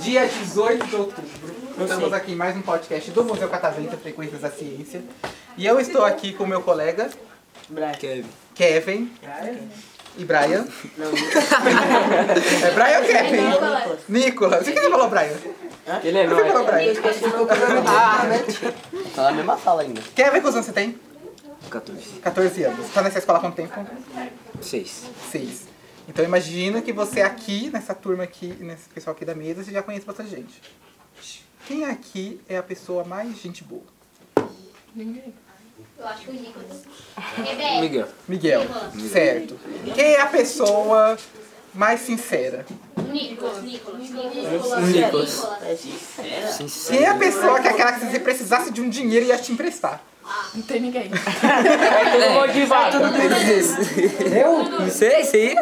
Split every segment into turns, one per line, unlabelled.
Dia 18 de outubro, estamos aqui em mais um podcast do Museu Catavento Frequências da Ciência. E eu estou aqui com o meu colega
Kevin.
Kevin e Brian. é Brian ou Kevin?
Nicolas.
Nicolas. Por que você falou Brian?
Ele é
Por que você falou
nóis.
Brian? Ah, né?
Tá na mesma sala ainda.
Kevin, quantos anos você tem?
14.
14 anos. Está nessa escola há quanto tempo?
6.
6. Então imagina que você aqui, nessa turma aqui, nesse pessoal aqui da mesa, você já conhece bastante gente. Quem aqui é a pessoa mais gente boa?
Eu acho que o Nicolas. É, Rebelde.
Miguel.
Miguel, certo. Quem é a pessoa mais sincera?
Nicolas. Nicolas.
É
Nicolas.
Nicolas.
Quem é a
Sincero.
pessoa que é aquela que se você precisasse de um dinheiro ia te emprestar?
Não tem ninguém.
É, um Não sei, sei.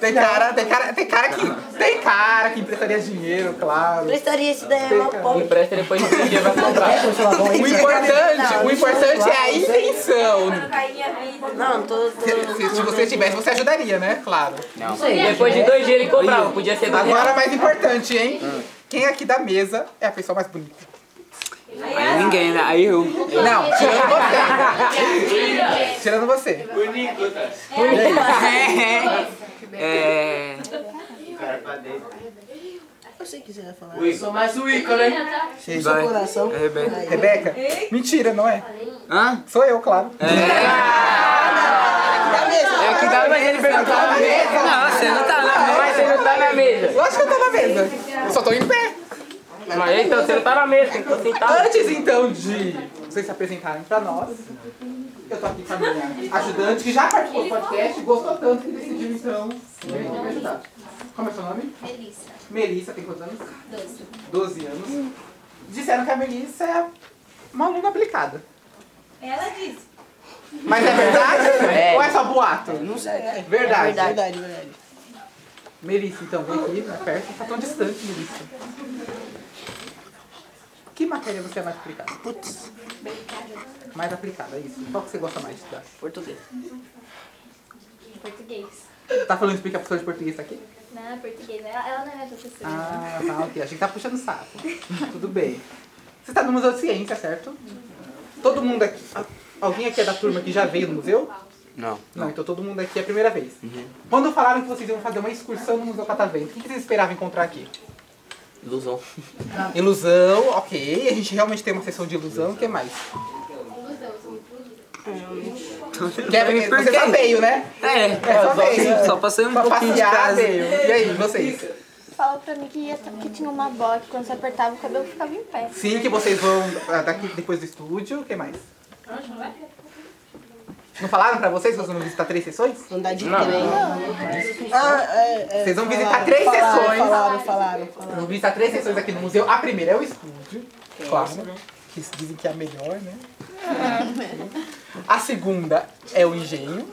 Tem cara, tem cara, tem cara que, tem cara que emprestaria dinheiro, claro.
Prestaria esse daí é mal pobre.
Empresta depois de um dia vai comprar.
O importante, o importante é a intenção.
Não, tô. tô...
Se, se você tivesse, você ajudaria, né? Claro.
Depois de dois dias ele comprava. Podia ser dois
Agora mais importante, hein? Quem aqui da mesa é a pessoa mais bonita?
Aí ninguém, né? Aí eu.
Não, tirando você. tirando você.
É.
Eu sei que você vai falar.
Sou mais o Ícaro, hein?
Seu coração.
É Rebeca.
Rebeca? Mentira, não é?
Hã?
Sou eu, claro.
É que dá pra ele perguntar. Não, você não tá na mesa. Mas você não tá na mesa.
Eu acho que eu tô na mesa. Eu só tô em pé.
Mas então você não tá na mesa, tem que sentar.
Antes então de vocês se apresentarem pra nós, eu tô aqui com a minha ajudante que já participou do podcast, gostou tanto que decidiu então vir aqui me ajudar. Como é seu nome?
Melissa.
Melissa, tem quantos anos?
Doze.
12 anos. Disseram que a Melissa é uma aluna aplicada.
Ela disse.
Mas é verdade? Ou é só boato?
Não sei. É
Verdade.
verdade, verdade.
Melissa, então, vem aqui, né, perto. Tá tão distante, Melissa. Que matéria você é mais aplicada?
Putz,
Mais aplicada, é isso. Qual que você gosta mais de estudar?
português.
Em português.
Tá falando isso porque a professora de português tá aqui?
Não, português. Ela, ela não é minha professora.
Ah, tá, ok. Achei que tá puxando sapo. Tudo bem. Você tá no Museu de Ciência, certo? Todo mundo aqui... Alguém aqui é da turma que já veio no museu?
Não.
Não, então todo mundo aqui é a primeira vez. Quando falaram que vocês iam fazer uma excursão no Museu Catavento, o que que vocês esperavam encontrar aqui?
Ilusão.
Ilusão, ok. A gente realmente tem uma sessão de ilusão. O que mais? Kevin, você tá meio, né?
É,
só meio.
só passei um
Pra
pouquinho de
passear,
casa.
meio. E aí, vocês?
Fala pra mim que, ia, que tinha uma bola que quando você apertava o cabelo ficava em pé.
Sim, que vocês vão ah, daqui depois do estúdio. O que mais? Não falaram pra vocês que vocês vão visitar três sessões?
Andar de
Não.
trem. Ah, é, é,
Vocês vão
falaram,
visitar três
falaram,
sessões.
Falaram, falaram, falaram.
Vamos visitar tá três sessões aqui no museu. A primeira é o estúdio, claro, que dizem que é a melhor, né? A segunda é o engenho,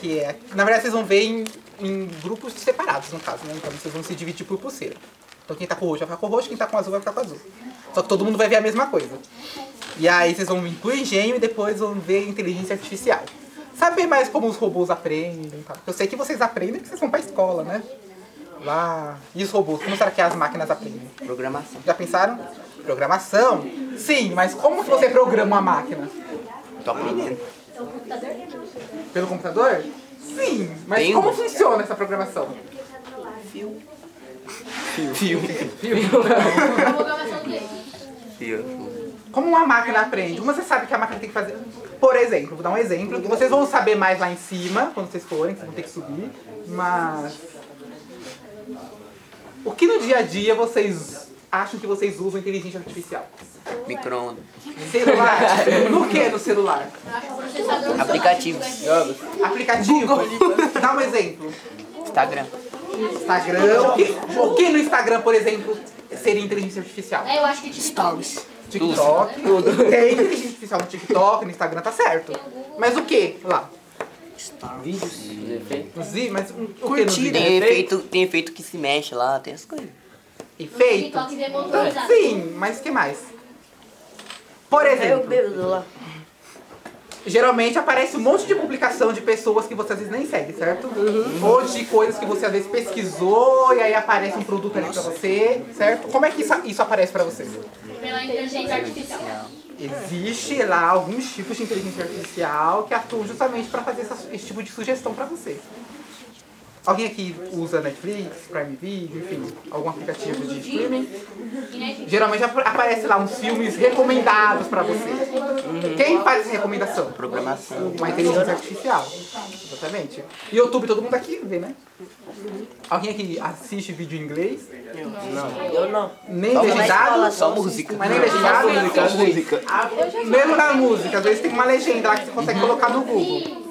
que é... Na verdade, vocês vão ver em, em grupos separados, no caso, né? Então, vocês vão se dividir por pulseira. Então, quem tá com roxo vai ficar com roxo, quem tá com azul vai ficar com azul. Só que todo mundo vai ver a mesma coisa. E aí, vocês vão vir pro engenho e depois vão ver inteligência artificial. Saber mais como os robôs aprendem, tá? Eu sei que vocês aprendem porque vocês vão pra escola, né? Lá. E os robôs? Como será que as máquinas aprendem?
Programação.
Já pensaram? Programação? Sim, mas como que você programa uma máquina?
Tô aprendendo.
Pelo computador? Sim, mas
Tem
como
um.
funciona essa programação? Como uma máquina aprende? Como você sabe que a máquina tem que fazer? Por exemplo, vou dar um exemplo, que vocês vão saber mais lá em cima, quando vocês forem, vocês vão ter que subir, mas... O que no dia a dia vocês acham que vocês usam inteligência artificial?
Micro-ondas.
Celular? no que no celular?
Aplicativos. Jogos.
Aplicativo? Dá um exemplo.
Instagram.
Instagram. O que, o que no Instagram, por exemplo, seria inteligência artificial?
É, eu acho que tipo,
Stories.
TikTok. Tem inteligência artificial no TikTok, no Instagram, tá certo. Mas o que lá?
Efeito.
Nos vídeos? Mas um, o que nos
Curtida.
vídeos?
Tem efeito, tem efeito que se mexe lá, tem as coisas.
Efeito?
TikTok demotorizado.
Sim, mas o que mais? Por
Eu
exemplo,
bebo É lá.
geralmente aparece um monte de publicação de pessoas que você às vezes nem segue, certo? Ou de coisas que você às vezes pesquisou e aí aparece um produto ali pra você, certo? Como é que isso, isso aparece pra você?
Pela inteligência artificial.
Existe lá alguns tipos de inteligência artificial que atuam justamente pra fazer essa- esse tipo de sugestão pra você. Alguém aqui usa Netflix, Prime Video, enfim, algum aplicativo de streaming?
E né,
Geralmente ap- aparece lá uns filmes recomendados pra você. Quem faz essa recomendação?
Programação.
Uma inteligência artificial. Exatamente. E YouTube, todo mundo aqui vê, né? Alguém aqui assiste vídeo em inglês?
Eu não.
Nem
Só
legendado?
Só música.
Mas nem legendado?
Só música.
Ah, Mesmo na música, às vezes tem uma legenda lá que você consegue colocar no Google.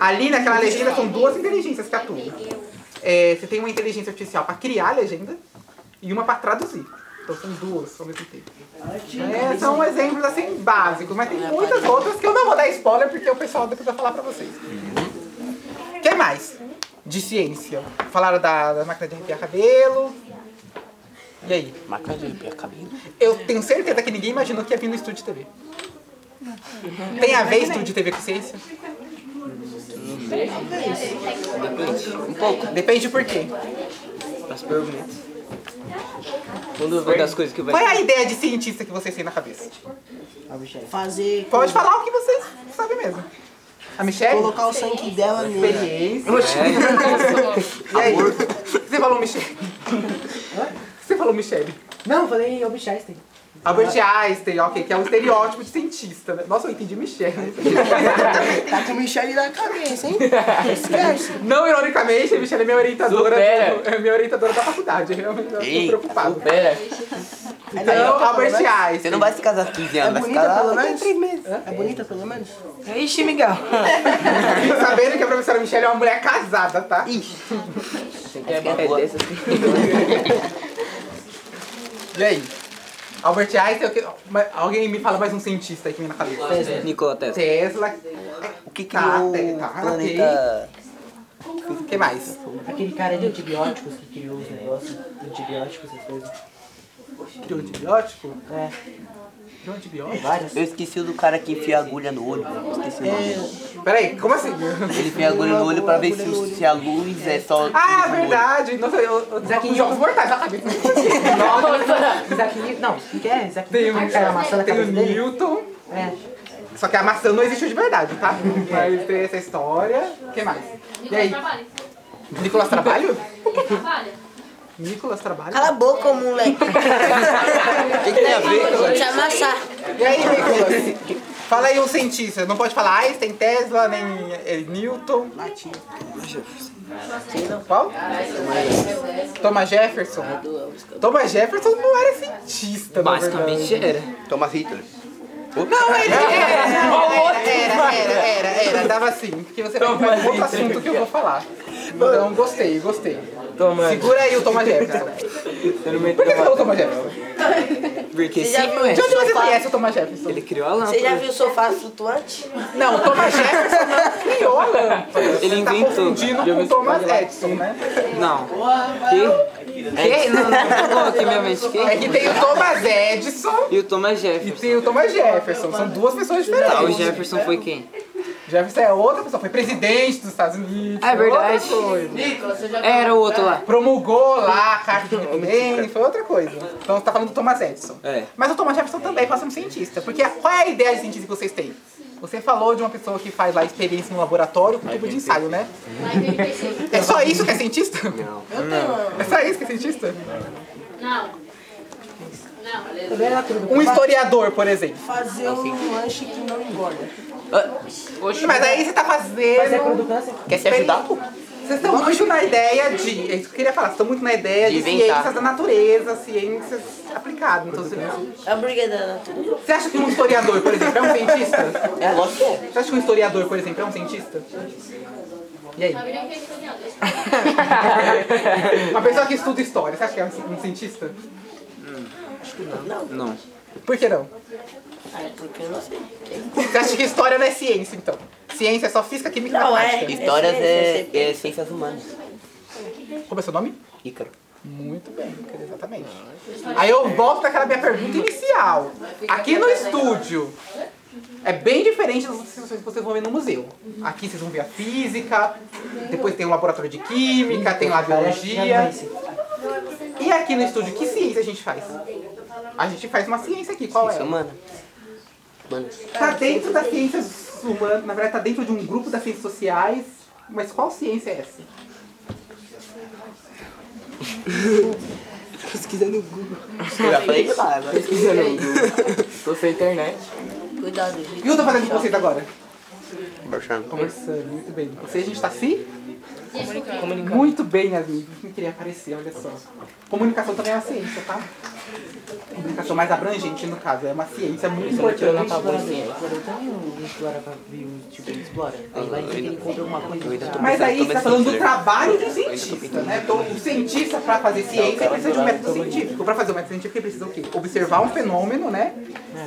Ali naquela legenda são duas inteligências que atuam. É, você tem uma inteligência artificial para criar a legenda e uma para traduzir. Então são duas ao mesmo tempo. É, são exemplos assim básicos, mas tem muitas outras que eu não vou dar spoiler porque o pessoal depois vai falar para vocês. O que mais? De ciência. Falaram da, da máquina de arrepiar cabelo. E aí?
Máquina de arrepiar cabelo.
Eu tenho certeza que ninguém imaginou que ia vir no estúdio TV. Tem a ver estúdio TV com ciência?
Depende. Um pouco.
Depende por quê.
As perguntas. Uma das- uma das coisas que vai...
Qual é a ideia de cientista que vocês têm na cabeça?
Fazer.
Pode falar o que vocês sabem mesmo. A Michelle?
Colocar o sangue dela nele.
Experiência.
É,
E aí? Você falou Michelle. Você falou Michelle.
Não, falei Albert Einstein.
Albert Einstein, ok, que é um estereótipo de cientista, né? Nossa, eu entendi Michelle.
Tá com o Michele na cabeça, hein?
Então,
Esquece.
Não, ironicamente, a Michelle é minha orientadora,
Supera.
é minha orientadora da faculdade. Realmente, eu tô
Ei,
preocupado.
pera.
tá
tá
Então, Albert
né?
Einstein.
Você não vai se casar 15
É
anos, vai se
bonita
casar
pelo
daqui a
menos?
três meses.
É bonita pelo menos?
Ixi, Miguel.
Fique sabendo que a professora Michelle é uma mulher casada, tá?
É, boa.
E aí? Albert Einstein, eu que- mas alguém me fala mais um cientista aí que vem na cabeça.
Nikola né? Tesla.
Tesla,
O que que
Tá,
o
tá, tá,
planeta...
o que mais?
Aquele cara de antibióticos que criou os negócios. Antibióticos, essas coisas.
Criou antibiótico?
É,
Criou antibiótico?
vários.
Eu esqueci o do cara que enfia agulha no olho. Esqueci o nome.
Peraí, como assim?
Ele enfia agulha no olho pra ver se, se a luz é só...
Ah, verdade! Nossa, eu, eu tava com jogos mortais na cabeça.
Isaac Newton. Não, o que é? Isaac
Tem o,
Newton. Aquela maçã da
tem o
cabeça dele.
Newton.
É.
Só que a maçã não existiu de verdade, tá? Mas tem essa história. O que mais? E
Nicolas
aí? Nicolas
trabalha.
Trabalho?
Trabalha.
Nicolas Trabalho?
Cala a boca, ô moleque.
O que que tem a ver?
Vou te amassar.
E aí, Nicolas? Fala aí um cientista. Não pode falar Einstein, Tesla, nem eh, Newton. Qual? Thomas Jefferson. Thomas Jefferson não era cientista, na
Basicamente
verdade.
era. Thomas Hitler.
Não, ele era, era, era, era, era, era, dava assim, porque você vai
Thomas
para outro
Hitler.
assunto que eu vou falar. Então, gostei, gostei. Segura aí o Thomas Jefferson. Por que você falou Thomas Jefferson?
Porque
Você já viu
De onde você
sofá?
conhece o Thomas Jefferson?
Ele criou a lâmpada.
Você já viu o sofá flutuante?
Não, Thomas Jefferson não criou a lâmpada.
Ele
tá
inventou. Já
confundindo
ouviu
com
esse
Thomas
cara lá?
Edison, né?
Não. Que? É Que? Não, não. Ficou aqui minha mente.
É que
Quem?
tem o Thomas Edison
E o Thomas
e
Jefferson.
tem o Thomas Jefferson. São duas pessoas diferentes.
Tá, o Jefferson foi quem?
Jefferson é outra pessoa, foi presidente dos Estados Unidos.
É verdade.
outra coisa.
É, Era o outro lá.
Promulgou lá a carta
tipo
de bem, foi outra coisa. Então você tá falando do Thomas Edison.
É.
Mas o Thomas Jefferson também pode ser um cientista. Porque qual é a ideia de cientista que vocês têm? Você falou de uma pessoa que faz lá experiência no laboratório com tubo de ensaio, né?
Vai ver PC.
É só isso que é cientista?
Não.
É só isso que é cientista?
Não. Não.
Também era tudo.
Um historiador, por exemplo.
Fazer um lanche que não engorda.
Mas aí você tá
Mas é
Então,
fazendo.
do câncer.
Ah, Quer se ajudar? pô?
Vocês estão muito na ideia de. É isso que eu queria falar, vocês estão muito na ideia de,
De inventar.
ciências da natureza, ciências aplicadas. Então, você,
A brigada natural.
você acha que um historiador, por exemplo, é um cientista?
É, lógico que é.
Você acha que um historiador, por exemplo, é um cientista? E aí?
Abriu um questionário.
Uma pessoa que estuda história, você acha que é um, um cientista?
Não.
Por que não?
É,
Ai, porque eu não sei.
Você acha que história não é ciência, então? Ciência é só física, química e
Não, é.
matemática.
Histórias é, é ciências humanas.
Como é seu nome?
Ícaro.
Muito bem, exatamente. Aí eu volto naquela minha pergunta inicial. Aqui no estúdio, é bem diferente das outras situações que vocês vão ver no museu. Aqui vocês vão ver a física, depois tem o laboratório de química, tem lá a biologia. E aqui no estúdio, que ciência a gente faz? A gente faz uma ciência aqui, qual é?
Mano.
Tá dentro das ciências humanas, na verdade tá dentro de um grupo das ciências sociais, mas qual ciência é essa?
Já
é
falei que lá,
Tá
agora.
Tô sem internet.
Cuidado, gente.
E o que eu tô fazendo com vocês agora?
Baixando.
Conversando, muito bem. Você, a gente tá se?
Desculpa.
Muito bem, Yasmin. Não queria aparecer, olha só. Comunicação também é uma ciência, tá? Comunicação mais abrangente, no caso. É uma ciência muito importante.
Explorando a bolsinha. Explorando também o Explora pra ver o tipo, explora. Aí vai que ele encontra alguma coisa. tá?
Mas aí você está falando do trabalho do cientista, né? Então, o cientista, para fazer ciência, ele precisa de um método científico. Para fazer um método científico, ele precisa o quê? Observar um fenômeno, né?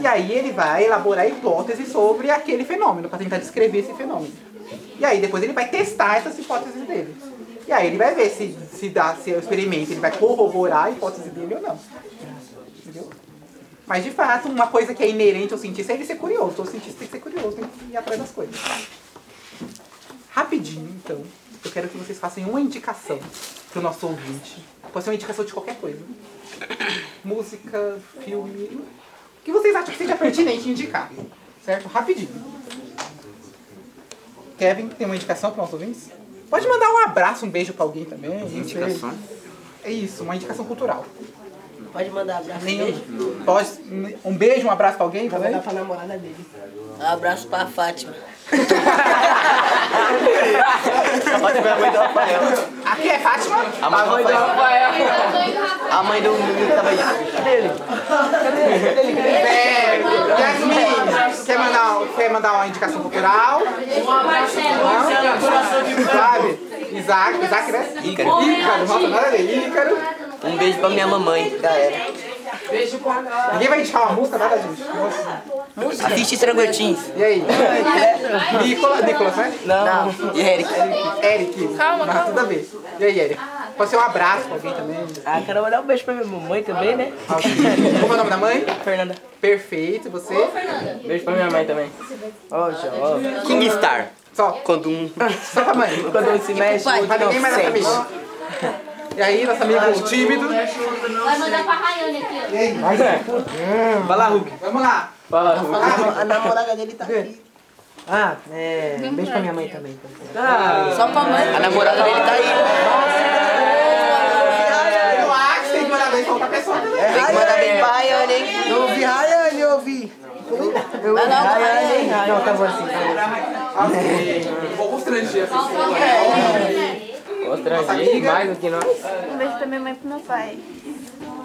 E aí ele vai elaborar hipóteses sobre aquele fenômeno, para tentar descrever esse fenômeno. E aí depois ele vai testar essas hipóteses dele. E aí ele vai ver se, se, dá, se é o experimento ele vai corroborar a hipótese dele ou não. Entendeu? Mas de fato, uma coisa que é inerente ao cientista é ele ser curioso. Todo cientista tem que ser curioso, tem que ir atrás das coisas. Rapidinho, então, eu quero que vocês façam uma indicação pro nosso ouvinte. Pode ser uma indicação de qualquer coisa. Música, filme. O que vocês acham que seja pertinente indicar? Certo? Rapidinho. Kevin, tem uma indicação para nossos ouvintes? Pode mandar um abraço, um beijo para alguém também. não sei.
Indicação?
É isso, uma indicação cultural.
Pode mandar abraço.
Nenhum. Pode, um beijo, um abraço pra alguém
Vai
também?
dar pra namorada dele.
Um abraço pra Fátima.
Aqui é Fátima?
A
Tá
mãe do Rafael. A mãe do menino que tava aí.
É, Yasmin, quer mandar, um- quer mandar uma indicação cultural?
Marcelo.
Sabe? Isaac, Isaac, né?
Ícaro.
Ícaro, nossa, nada a ver, Ícaro.
Um beijo pra minha mamãe. Já era.
Ninguém vai indicar uma música, nada disso. Nossa.
Assiste Tranguetins.
E aí? Nicolas, Nicolas, né?
Não. E Eric.
Eric. Calma, calma. Tudo a ver. E aí, Eric? Pode ser um abraço pra alguém também.
Ah, quero mandar um beijo pra minha mamãe também, né?
Alguém. Como é o nome da mãe?
Fernanda.
Perfeito, você?
Beijo pra minha mãe também. Ó, já, ó.
King Star.
Só,
Quando um.
só pra mãe.
Quando um se mexe, o outro
Pra
não
ninguém mais na
sente.
família. E aí, nosso amigo tímido.
Vai mandar pra Rayane aqui, ó.
Vai lá, Hulk.
Vamos lá.
Fala, Hulk.
A namorada dele tá aqui.
Ah, é. Beijo pra minha mãe também. então.
Ah.
Só pra mãe.
A namorada dele tá aí.
Eu acho que tem que mandar beijo pra outra pessoa também.
É,
Tem que mandar bem.
Pai, olha aí.
Eu ouvi Rayane, eu ouvi.
Vai logo, Rayane.
Não, tá bom assim.
Vou constranger assim.
Outra vez, mais do que nós.
Um beijo pra minha mãe e pro meu pai.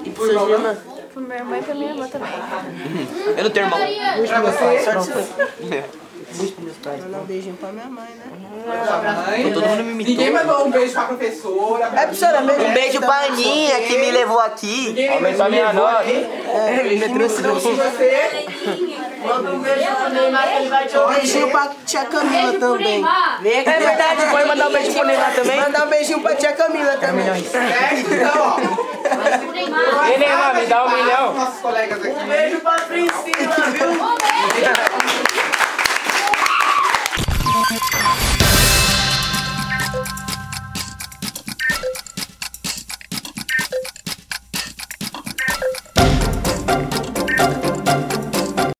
E pro seu irmão.
Pro meu irmão e pra minha irmã também.
Eu não tenho irmão.
Pra você,
Mandar um beijinho pra minha mãe, né?
pra mãe.
Todo mundo me
Ninguém
então.
imitou.
mandou um beijo pra professora.
É, professora, beijo.
Um beijo pra Aninha que me levou aqui.
Ninguém
Aumentou a minha nota.
me trouxe você.
Beijinho pra tia Camila também.
Neymar.
É verdade, pode mandar um beijo pro Neymar também.
Mandar um beijinho pra tia Camila também.
Certo? Então, ó.
Neymar.
uma
Ei, Neymar,
salva
me
de
dá um
palmas
milhão.
pros Nossos colegas aqui.
Beijo pra princesa.